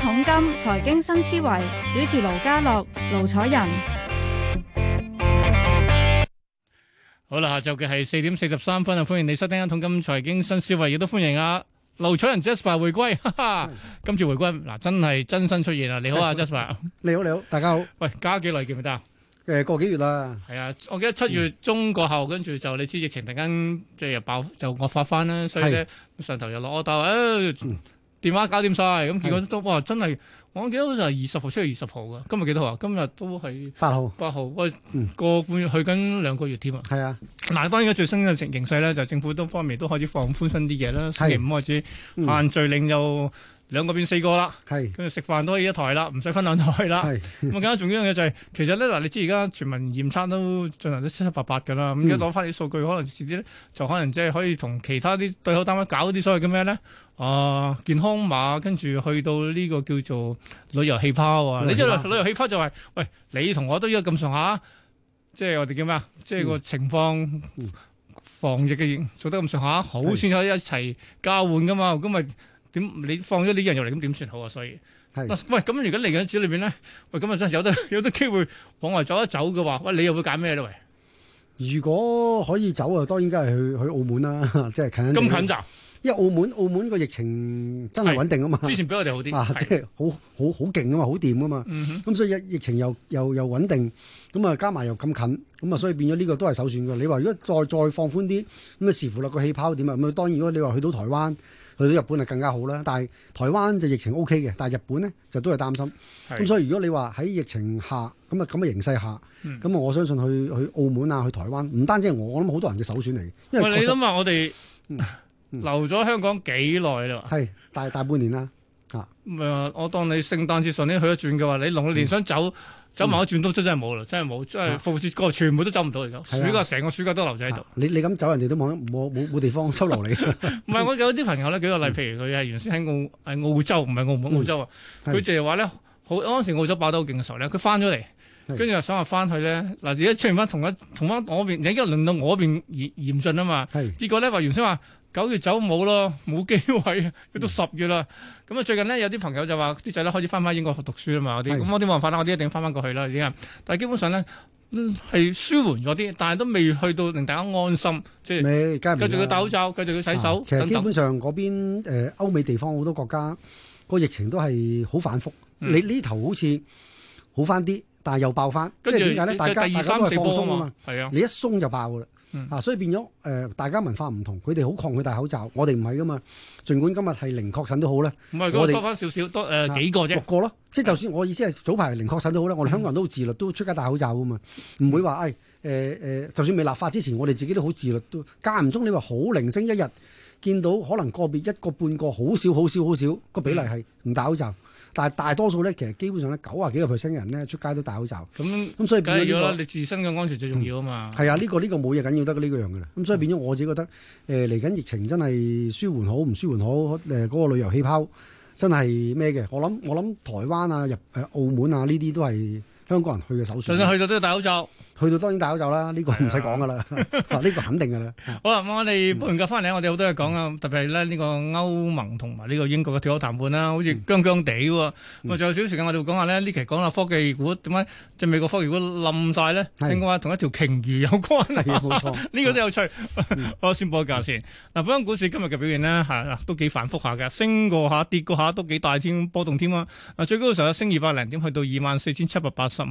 桶金財經新思維主持盧家樂、盧楚仁。好啦，下晝嘅係四點四十三分啊！歡迎你收聽《一桶金財經新思維》，亦都歡迎啊劉楚仁 Jasper 回歸，哈哈！今次回歸嗱，真係真身出現啦！你好啊，Jasper，你好，你好，大家好。喂，加幾耐見唔得啊？誒，個幾月啦？係啊，我記得七月中過後，跟住就你知疫情突然間即係又爆，就惡化翻啦，所以咧上頭又落 order，誒、哎、電話搞掂晒，咁結果都哇真係，我記得就係二十號出去二十號噶，今日幾多號啊？今日都係八號。八號，喂嗯，個半月去緊兩個月添啊！係啊，嗱，當然而家最新嘅情形勢咧，就政府都方面都開始放寬新啲嘢啦。星期五開始嗯限聚令又兩個變四個啦，係跟住食飯都可以一台啦，唔使分兩台啦。係 咁啊，更加重要一樣嘢就係、其實咧嗱，你知而家全民驗測都進行得七七八八㗎啦。嗯咁而家攞翻啲數據，可能遲啲咧就可能即係可以同其他啲對口單位搞啲所謂嘅咩咧？啊、健康碼跟住去到呢個叫做旅遊氣泡啊！你旅知遊氣道泡旅遊氣泡就係、喂，你同我都要咁上下，即係我哋叫咩啊？即係個情況、嗯防疫嘅嘢做得咁上下，好係先可以一齊交換噶嘛。咁咪點？你放咗呢啲人入嚟，咁點算好啊？所以係嗱喂，咁而家嚟緊紙裏邊咧，喂，咁啊真係有得 有得機會往外走一走嘅話，喂，你又會揀咩咧？喂，如果可以走啊，當然梗係去去澳門啦， 即係近咁啲近。 咋？因為澳門澳門個疫情真係穩定啊嘛，之前比我哋好啲，啊，即 係係好好好勁啊嘛，好掂啊嘛。嗯哼，咁所以疫疫情又又又穩定，咁啊加埋又咁近，咁啊所以變咗呢個都係首選嘅。你話如果再再放寬啲，咁啊視乎啦個氣泡點啊。咁啊當然如果你話去到台灣、去到日本啊更加好啦。但係台灣就疫情 O K 嘅，但係日本呢就都係擔心。係咁所以如果你話喺疫情下咁啊咁嘅形勢下，咁啊、嗯我相信去去澳門啊去台灣，唔單止係我，我諗好多人嘅首選嚟嘅，因喂，為你確實諗下我哋嗯嗯留咗香港幾耐啦？係大大半年啦。咁啊，我當你聖誕節上年去一轉嘅話，你農曆年想走走埋一轉都真係冇啦，真係冇，真係嗯啊復活節嗰個全部都走唔到而家，暑係啊假成個暑假都留咗喺度啊。你你咁走，人哋都冇冇冇冇地方收 留你。唔嗯係，我有啲朋友咧，舉個例，譬如佢係原先喺澳喺澳洲，唔係澳門澳洲啊，嗯係佢就係話咧，好嗰陣時澳洲爆得好勁嘅時候咧，佢翻咗嚟，係跟住又想話翻去咧，嗱而家出現翻同一同翻我邊，而家輪到我邊嚴嚴峻啊嘛。係結果咧話原先話九月走冇咯，冇機會 啊，要到嗯十月啦。咁啊最近咧有啲朋友就話啲仔咧開始翻翻英國讀書啦嘛，我啲係咁我啲冇辦法啦，我啲一定翻翻過去啦已經。但係基本上咧嗯係舒緩咗啲，但係都未去到令大家安心，即係你梗係唔繼續要啦戴口罩，繼續要洗手啊其實等基等。本上嗰邊誒、呃、歐美地方好多國家個疫情都係好反覆。嗯你呢頭好似好翻啲，但係又爆翻。即跟係住點解咧？大家第大二家三都四係放鬆波啊啊嘛嘛。，係啊，你一鬆就爆噶啦。嗯啊，所以變咗誒、呃大家文化唔同，佢哋好抗拒戴口罩，我哋唔係噶嘛。儘管今日係零確診都好啦，唔係我嗰哋多翻少少多啊誒幾個啫六。個咯。即係就算我意思係早排零確診都好啦，我哋香港人都好自律，都出街戴口罩噶嘛，唔嗯會話誒誒誒，就算未立法之前，我哋自己都好自律，都間唔中你話好零星一日見到可能個別一個半個好少好少好少個比例係嗯唔戴口罩，但係大多數咧其實基本上咧九啊幾個 percent 嘅人咧出街都戴口罩，咁咁所以梗變係咗要啦呢、，你自身嘅安全最重要啊嘛。個係啊，呢、個呢、個冇嘢緊要得呢個樣嘅啦。咁嗯所以變咗我自己覺得誒嚟緊疫情真係舒緩好唔舒緩好誒嗰、個旅遊氣泡真係咩嘅？我諗我諗台灣啊、日誒、澳門啊呢啲都係香港人去嘅首就選。算去到都要戴口罩。去到當然戴口罩啦，呢、個唔使講 噶啦，啊呢個肯定噶啦。好啦，咁我哋報完價翻嚟，我哋好多嘢講啊，特別係咧呢個歐盟同埋呢個英國嘅脱歐談判啦，好似僵僵地喎。咁啊，仲有少少時間，我哋會講下咧，呢期講下科技股點解即係美國科技股冧晒咧，係應該話同一條鯨魚有關啊。係啊，冇錯。 呢個都有趣，我先報個價先。嗱，本港股市今日嘅表現咧，係都幾反覆下嘅，升過下，跌過下，都幾大添波動添啊！嗱，最高嘅時候升二百零點，去到二萬四千七百八十五，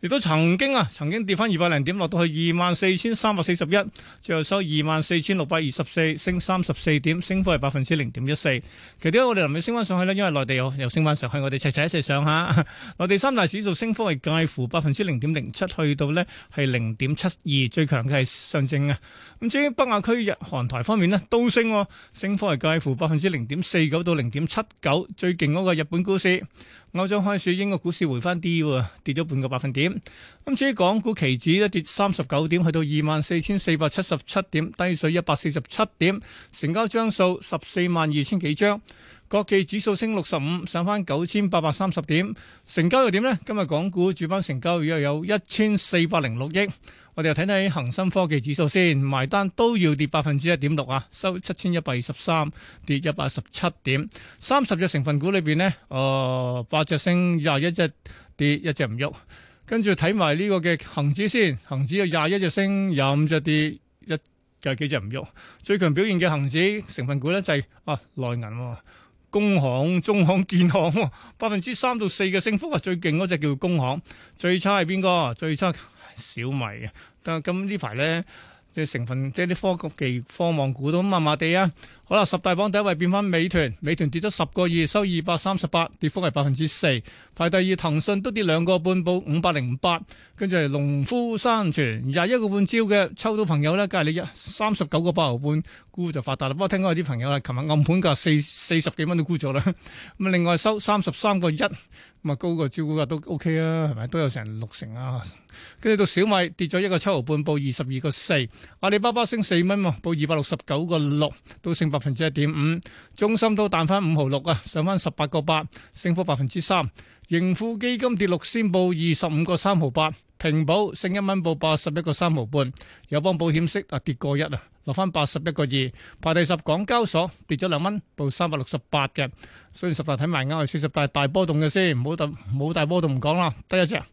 亦都曾經啊，曾經跌翻二百零點，落到去二萬四千三百四十一，最後收二萬四千六百二十四，升三十四點，升幅係百分之零點一四。其實點解我哋臨尾升翻上去呢？因為內地又又升翻上去，我哋齊齊一齊上下。 內地三大指數升幅係介乎百分之零點零七，去到呢係零點七二，最強嘅係上證啊。咁至於北亞區日韓台方面呢，都升喎，升幅係介乎百分之零點四九到零點七九，最勁嗰個日本股市。歐洲開市，英國股市回翻啲喎，跌咗半個百分點。咁至於港股期指咧跌三十九點，去到二萬四千四百七十七點，低水一百四十七點，成交張數十四萬二千幾張。國企指數升六十五，上翻九千八百三十點。成交又點呢？今日港股主板成交約有一千四百零六億。我哋又睇睇恒生科技指數先，埋單都要跌百分之一點六啊，收七千一百二十三，跌一百一十七點。三十隻成分股裏邊呢，誒八隻升，廿一隻跌，一隻唔喐。跟住睇埋呢個嘅恒指先，恒指有廿一隻升，廿五隻跌，一有幾隻唔喐。最強表現嘅恒指成分股咧就係、啊內銀喎、工行、中行、建行喎、百分之三到四嘅升幅啊，最勁嗰只叫工行，最差係邊個？最差小米嘅。但咁呢排咧，即係成分即係啲科技科網股都麻麻地啊。好啦，十大榜第一位變翻美團，美團跌咗十個二，收二百三十八，跌幅係百分之四。排第二騰訊都跌兩個半，報五百零八。跟住係農夫山泉廿一個半招嘅，抽到朋友咧，梗係你一三十九個八毫半沽就發達啦。不過聽講有啲朋友啊啦，琴日暗盤價四四十幾蚊都沽咗啦。咁啊另外收三十三個一，咁啊高過招股價都 OK 啊，係咪都有成六成啊？跟住到小米跌咗一個七毫半，報二十二個四。阿里巴巴升四蚊喎，報二百六十九個六，都升百分之一點五。中芯都彈翻五毫六啊，上翻十八個八，升幅百分之三。盈富基金跌六仙，報二十五個三毫八。平保升一蚊，報八十一個三毫半。友邦保險息啊跌過一啊，落翻八十一個二。排第十，港交所跌咗兩蚊，報三百六十八嘅。雖然十大睇埋啱，係四十大大波動嘅先，唔好大冇大波動唔講啦，得一隻。啊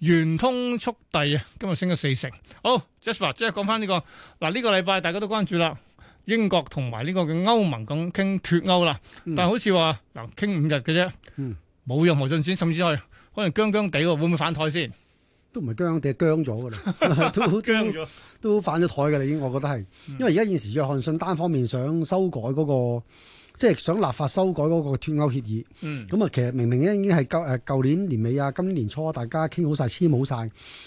圓通速遞啊，今日升咗四成。好，Jasper，即係講翻呢個嗱，呢個禮拜大家都關注啦，英國同埋呢個嘅歐盟咁傾脱歐啦，嗯但係好似話嗱傾五日嘅啫嗯，冇任何進展，甚至係可能僵僵地喎，會唔會反台先？都唔係僵地，僵咗 噶啦，都都僵咗，嗯都反咗台㗎啦，已經我覺得係，因為而家現時約翰遜單方面想修改嗰、個，即係想立法修改嗰個脱歐協議。嗯，咁啊，其實明明已經係舊誒舊年年尾啊，今年年初大家傾好晒，簽好晒。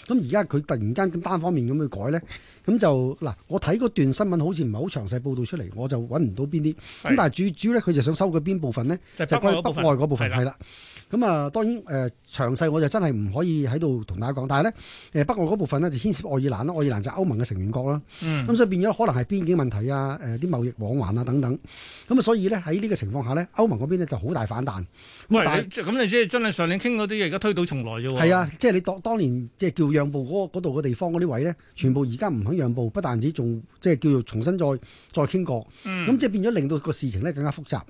咁而家佢突然間咁單方面咁去改咧，咁就嗱，我睇嗰段新聞好似唔係好詳細報導出嚟，我就揾唔到邊啲。咁係但係主主要咧，佢就想修改邊部分咧？就就係係北關愛於嗰部北分愛嗰部係分啦係啦。咁啊，當然誒、呃、詳細我就真係唔可以喺度同大家講，但係咧誒北愛嗰部分咧就牽涉愛爾蘭啦，愛爾蘭就係歐盟嘅成員國啦，嗯咁、所以變咗可能係邊境問題啊、誒、啲貿易往還啊等等，咁啊所以咧喺呢個情況下咧，歐盟嗰邊咧就好大反彈，咁喂，啊但係你即咁你即係將你上年傾嗰啲嘢，而家推倒重來啫喎。係啊，即係你當當年即係叫讓步嗰嗰度嘅地方嗰啲位咧，全部而家唔肯讓步，不但止仲即係叫做重新再再傾過，咁、嗯，即係變咗令到個事情咧更加複雜。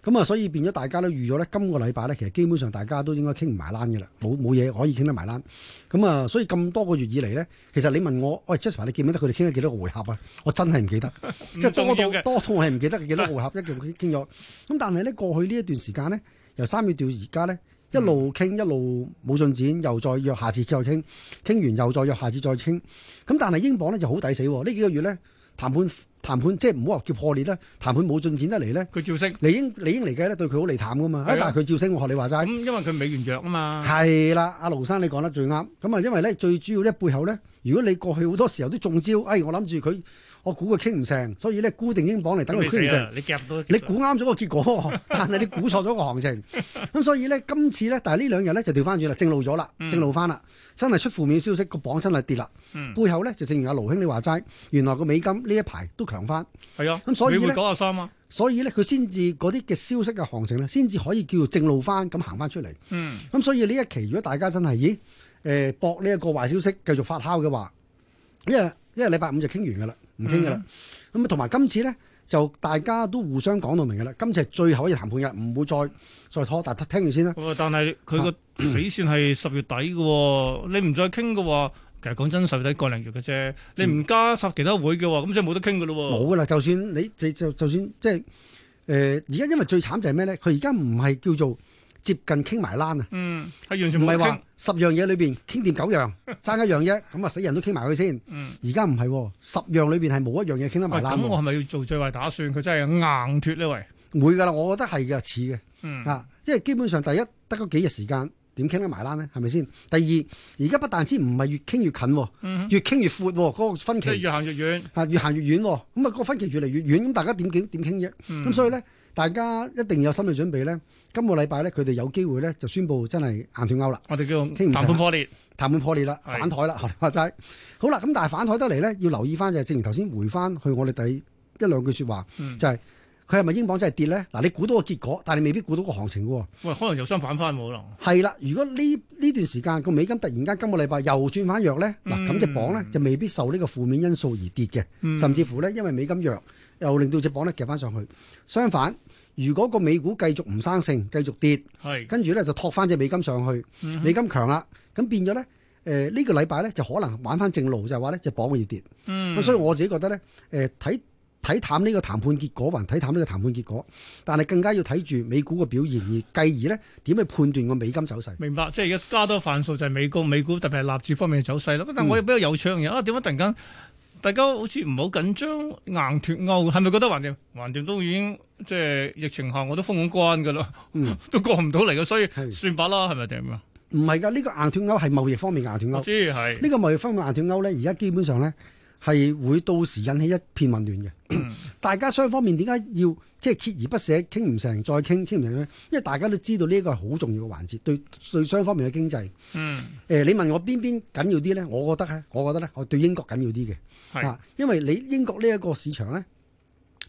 咁啊，所以變咗大家都預咗咧，今個禮拜咧其實基本上大家都應該傾唔埋欄嘅啦，冇冇嘢可以傾得埋欄。咁啊，所以咁多個月以嚟咧，其實你問我，喂 Jasper，你記唔記得佢哋傾咗幾多個回合啊？我真係唔記得。即係唔重要多到嗯嘅多到我係唔記得幾多個回合一共傾傾咗。咁但係咧過去呢一段時間咧，由三月到而家咧，一路傾一路冇進展，又再約下次再傾，傾完又再約下次再傾。咁但係英鎊咧就好抵死喎，呢幾個月咧談判談判即係唔好話叫破裂啦，談判冇進展得嚟咧，佢照升，理應理應嚟計咧對佢好利淡噶嘛。係啊啊，但係佢照升，我學你話齋。咁因為佢美元弱啊嘛。係啦，阿盧生你講得最啱。咁啊，因為咧最主要咧背後咧，如果你過去好多時候都中招，哎，我諗住佢，我估佢傾唔成，所以咧固定英鎊嚟等咁佢你死傾唔成啦。你夾到你估啱咗個結果，但係你估錯咗個行情。咁所以咧，今次咧，但係呢兩日咧就調翻轉啦，正路咗啦，嗯正路翻啦，真係出負面消息，個鎊真係跌啦。嗯背後咧就正如阿盧兄你話齋，原來個美金呢一排都強翻，係啊，咁所以美匯呢九啊三啊，所以咧佢先至嗰啲嘅消息嘅行情咧，先至可以叫做正路翻咁行翻出嚟。嗯，咁所以呢一期如果大家真係，咦，誒、搏呢一個壞消息繼續發酵嘅話，因為因為禮拜五就傾完㗎啦，唔傾㗎啦。嗯咁啊同埋今次咧就大家都互相講到明㗎啦，今次係最後一日談判日，唔會再再拖，但係聽完先啦。咁啊但係佢個死線係十月底嘅喎，你唔再傾嘅話，其實講真，十月底個零月嘅啫。你唔加插其他會嘅話，咁即係冇得傾嘅咯冇㗎啦，就算你就就就算即係誒，而、家因為最慘就係咩咧？佢而家唔係叫做接近傾埋欄啊。嗯，係完全唔冇得係話傾。十樣嘢裏邊傾掂九樣，爭一樣啫，咁啊死人都傾埋佢先。嗯而家唔係喎，十樣裏邊係冇一樣嘢傾得喂埋欄咁啊喎啊我係咪要做最壞打算？佢真係硬脱呢喂。會㗎啦，我覺得係嘅，似嘅嗯，啊，因為基本上第一得嗰幾日時間，點傾得埋欄呢？係咪先？第二，而家不但止唔係越傾越近喎，嗯哼越傾越闊喎，嗰、個分即係歧越行越遠。啊越行越遠喎，咁啊個分歧越嚟越遠，咁大家點傾點傾啫？咁、嗯所以咧，大家一定有心理準備咧。今個禮拜咧，佢哋有機會咧就宣布真係硬斷歐啦，我哋叫傾唔成談判破裂。談判破裂啦，係反台啦， 學你話齋。好啦，咁但係反台得嚟咧，要留意翻就係正如頭先回翻去我哋第一兩句説話，嗯就係佢係咪英鎊真係跌咧？嗱，你估到個結果，但係你未必估到個行情嘅喎。喂，可能又相反翻喎可能。係啦，如果呢呢段時間個美金突然間今個禮拜又轉翻弱咧，嗱咁只磅咧就未必受呢個負面因素而跌嘅，嗯甚至乎咧因為美金弱又令到只磅咧夾翻上去。相反，如果個美股繼續唔生性，繼續跌，係跟住咧就托翻只美金上去，嗯美金強啦，咁變咗咧。誒呢、個禮拜咧就可能玩翻正路，就係話咧隻磅要跌，咁、嗯所以我自己覺得咧，誒睇睇淡呢個談判結果，還睇淡呢個談判結果，但係更加要睇住美股嘅表現，而繼而咧點去判斷個美金走勢。明白，即係而家加多範數就係美國、美股特別係納指方面嘅走勢啦。嗯但我又比較有趣嘅嘢啊，點解突然間大家好似唔好緊張硬脱歐？係咪覺得橫掂橫掂都已經即係疫情下我都封緊關㗎啦，嗯 都過唔到嚟嘅，所以係算吧啦，係咪定啊？唔係㗎，呢、個硬脱歐係貿易方面嘅硬脱我歐。知係呢個貿易方面嘅硬脱歐呢，而家基本上呢係會到時引起一片混亂嘅。嗯大家雙方面點解要即係鍥而不捨，傾唔成再傾，傾唔成咧？因為大家都知道呢一個係好重要嘅環節，對對雙方面嘅經濟。誒、嗯你問我邊邊緊要啲呢？我覺得咧，我覺得咧，我對英國緊要啲嘅。係啊，因為你英國呢一個市場咧，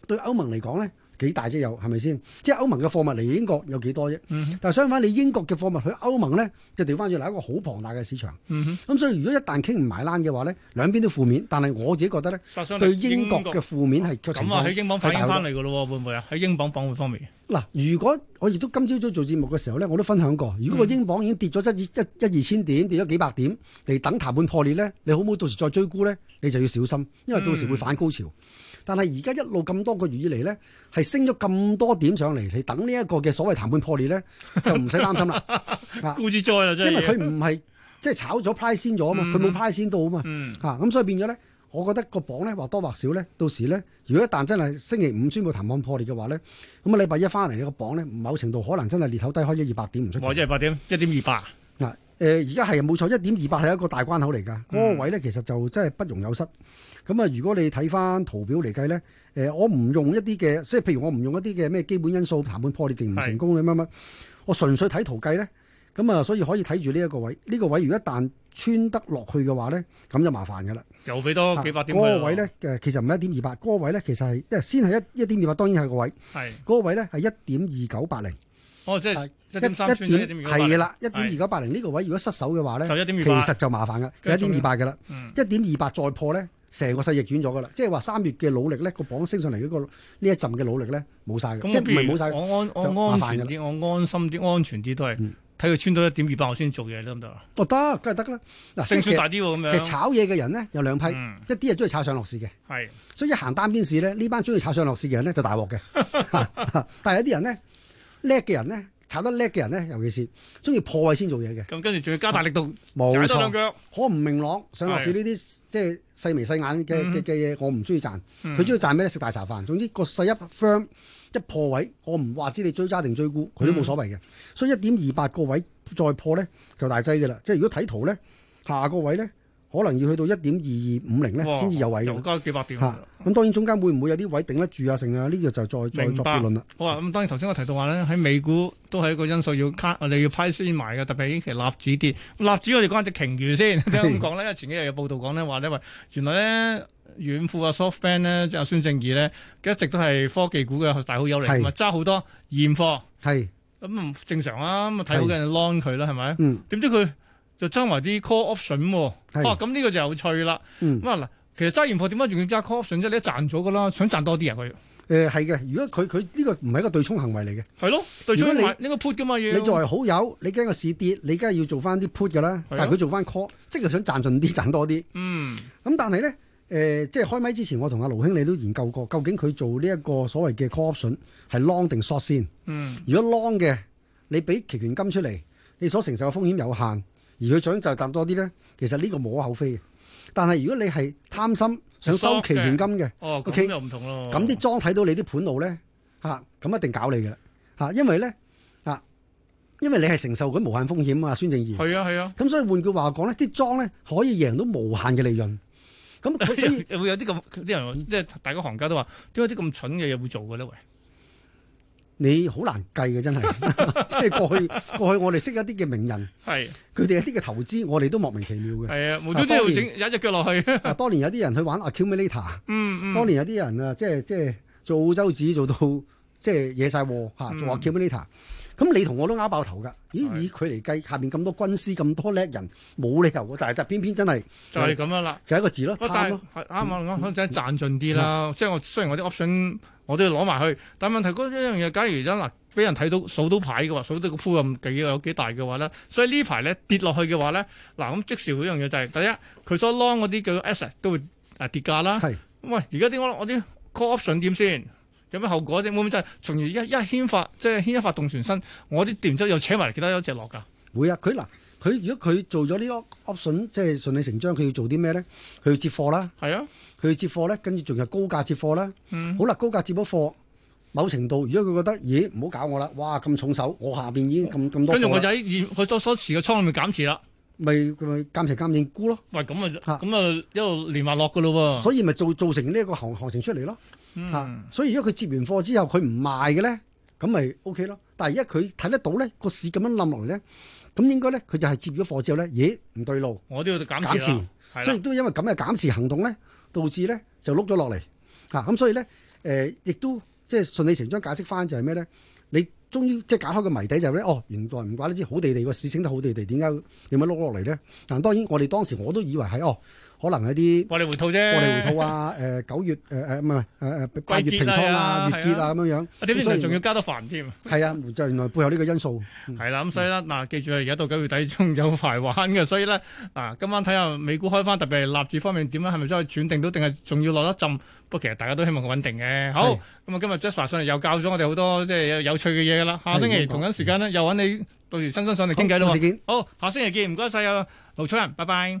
對歐盟嚟講咧幾大啫，有係咪先？即係歐盟嘅貨物嚟英國有幾多啫？嗯哼但係相反，你英國嘅貨物去歐盟咧，就調翻轉嚟一個好龐大嘅市場。嗯哼，咁所以如果一旦傾唔埋單嘅話咧，兩邊都負面。但係我自己覺得咧，殺傷力對英國嘅負面係個情咁啊，喺況。英鎊反映翻嚟㗎咯喎，會唔會啊？喺英鎊鎊匯方面，嗱，如果我亦都今朝早做節目嘅時候咧，我都分享過，如果個英鎊已經跌咗一一一二千點，跌咗幾百點，嚟等談判破裂咧，你好唔好到時再追沽咧？你就要小心，因為到時會反高潮。但係而家一路咁多個月以嚟咧，係升咗咁多點上嚟，你等呢一個嘅所謂談判破裂咧，就唔使擔心 啦，啊高之災啦，因真係。為佢唔係即係炒咗 price 先咗啊嘛，佢冇 price 先到啊嘛。嗯嚇咁、所以變咗咧，我覺得個榜咧或多或少咧，到時咧，如果一旦真係星期五宣布談判破裂嘅話咧，咁啊禮拜一翻嚟呢個榜咧，某程度可能真係裂口低開一二百點唔出奇。或者係八點哦一點二八。嗱，誒呃而家係冇錯，一點二八係一個大關口嚟㗎，嗰、嗯個位咧其實就真係不容有失。咁啊，如果你睇翻圖表嚟計咧，誒、我唔用一啲嘅，即係譬如我唔用一啲嘅咩基本因素談判破裂定唔成功嘅乜乜，我純粹睇圖計咧，咁啊，所以可以睇住呢一個位，呢、個位如果一旦穿得落去嘅話咧，咁就麻煩㗎啦。又俾多幾百點佢啊啊嗰喎個位咧，誒其實唔係一點二八，嗰個位咧其實係即先係一一點二八，當然係個位，係，嗰個位咧係一點二九八零，哦，即係係一點三穿咗一點二係啦，一點二九八零呢個位如果失手嘅話咧，就一點其二八。實就麻煩噶，就一點二八嘅啦，嗯一點二八再破咧，成個勢逆轉咗噶啦，即係話三月嘅努力咧，個榜升上嚟呢個呢一陣嘅努力咧冇晒嘅，咁即我係唔係冇晒譬如嘅。我安就我安麻煩全㗎啲，我安心啲，安全啲都係嗯睇佢穿到一點二八，我先做嘢得唔得啊？哦得，梗係得啦。嗱，即勝係算大啲喎，咁其實樣。炒嘢嘅人咧有兩批，嗯一啲係中意炒上落市嘅。係所以一行單邊市咧，呢班中意炒上落市嘅人咧就大 鑊嘅。但係有啲人咧叻嘅人咧，炒得叻嘅人咧，尤其是中意破位先做嘢嘅，咁，跟住仲要加大力度啊冇踩多兩錯。腳。可唔明朗上落市呢啲即係細眉細眼嘅嘅嘅嘢，我唔中意賺。嗯佢中意賺咩咧？食大茶飯。總之個勢一 firm 一破位，我唔話知你追揸定追沽，佢都嗯冇所謂嘅。所以一點二八個位再破咧就大劑嘅啦。即係如果睇圖咧，下個位咧可能要去到一點二二五零咧哇先至有位嘅又。加幾百點。嚇，咁當然中間會唔會有啲位頂得住啊？成啊，呢個就再再明作白辯論啦。好啊，咁當然頭先我提到話咧，喺美股都係一個因素要卡，我哋要批先埋嘅，特別係呢期納指跌。納指我哋講下只鯨魚先， 點解咁講咧？因為前幾日有報道講咧話咧，喂，原來咧軟庫啊 SoftBank 咧，即係阿孫正義咧，一直都係科技股嘅大好友嚟，係咁啊揸好多現貨，係，咁啊正常啊，咁啊睇好嘅人 long 佢啦，係咪？嗯點知佢就揸埋啲 call option 喎，係啊咁呢個就有趣啦。嗯，咁啊嗱，其實揸現貨點解仲要揸 call option 啫？你都賺咗噶啦，想賺多啲啊佢。誒係嘅。如果佢佢呢個唔係一個對沖行為嚟嘅，係咯，對沖如果你買呢個 put 噶嘛要。你作為好友，你驚個市跌，你梗係要做翻啲 put 㗎啦。係啊但係佢做翻 call，即係想賺盡啲， 賺多啲。嗯。咁但係咧，誒、即係開咪之前，我同阿盧兄你都研究過，究竟佢做呢一個所謂嘅 call option 係 long 定 short 先？嗯，如果 long 嘅，你俾期權金出嚟，你所承受嘅風險有限，而佢想就賺多啲咧，其實呢個無可厚非嘅。但係如果你係貪心想收 Short 嘅期權金嘅，哦，咁 OK，又唔同咯。咁啲莊睇到你啲盤路咧，嚇、咁一定搞你嘅啦，嚇、因為咧，嚇、因為你係承受緊無限風險啊，孫正義。係啊係啊，咁所以換句話講咧，啲莊咧可以贏到無限嘅利潤。咁 佢所以會有啲咁啲人話，嗯即係大家行家都話，點解啲咁蠢嘅嘢會做嘅咧？喂，你好難計嘅，真係。 即係過去過去我哋識一啲嘅名人，係佢哋一啲嘅投資，我哋都莫名其妙嘅。係啊，無端端又整有一隻腳落去，啊，當年有啲人去玩 accumulator，嗯嗯，當年有啲人啊，即係即係做澳洲紙做到 即係惹晒禍嚇，做 accumulator。咁你同我都拗爆頭㗎。咦？嗯係以佢嚟計，下邊咁多軍師咁多叻人，冇理由喎。但係就偏偏真係 就係咁樣啦。就係一個字咯，喂貪但咯嗯係。係啱啊！我可能真係賺盡啲啦，即係我雖然我啲 option 我都要攞埋去，但係問題嗰一樣嘢，假如而家嗱俾人睇到數到牌嘅話，數到個 pool 咁幾有幾大嘅話咧，所以呢排咧跌落去嘅話咧，嗱咁即時會一樣嘢就係、第一，佢所 long 嗰啲叫 asset 都會啊跌價啦。係喂，而家啲我我啲 call option 點先？有咩後果啫？會唔會真係從而一一牽發，即係牽一發動全身？我啲跌完之後又扯埋其他一隻落㗎。會啊！佢嗱，佢如果佢做咗呢個 option，即係順理成章，佢要做啲咩咧？佢要接貨啦，係啊，佢要接貨咧，跟住仲有高價接貨啦。嗯好啦，高價接咗貨，某程度如果佢覺得，咦，唔好搞我啦，哇，咁重手，我下邊已經咁咁多跟住貨我啦就喺現佢多所持嘅倉裏面減持啦。咪咪監情監定沽咯，喂，咁啊，嚇咁啊，一路連埋落噶咯喎。所以咪造造成呢一個行行情出嚟咯。嚇、哦嗯，所以如果佢接完貨之後佢唔賣嘅咧，咁咪 O K 咯。但係而家佢睇得到咧個市咁樣冧落嚟咧，咁應該咧佢就係接咗貨之後咧，咦唔對路，我都要減減持啦持，係所以啦，都因為咁嘅減持行動咧，導致咧就碌咗落嚟嚇。咁、所以咧誒、亦都即係順理成章解釋翻就係咩咧？你終於即係解開個謎底就係、呢：咧，哦，原來唔怪得知好地地個市升得好地地，點解點解碌落嚟咧？但當然我哋當時我都以為係哦，可能 係啲。我哋回吐啫。我哋回吐啊，誒九月誒誒唔係誒誒八季月平結啦倉係啊，月啊結啊咁樣樣，啊，點知原所來以仲要加多煩添。係啊，就原來背後呢個因素，係啦，咁所以咧，嗱，記住啊，而家到九月底仲有排玩嘅，所以咧，嗱，今晚睇下美股開翻，特別係納指方面點樣，係咪真係轉定到，定係仲要落一浸？不過其實大家都希望佢穩定嘅。好，咁係啊，今日 Jasper 上嚟又教咗我哋好多即係有有趣嘅嘢㗎啦。下星期係冇錯同緊時間咧，又揾你到時親身上嚟傾偈好咯到時見。好，下星期見，唔該晒啊，盧楚仁，拜拜。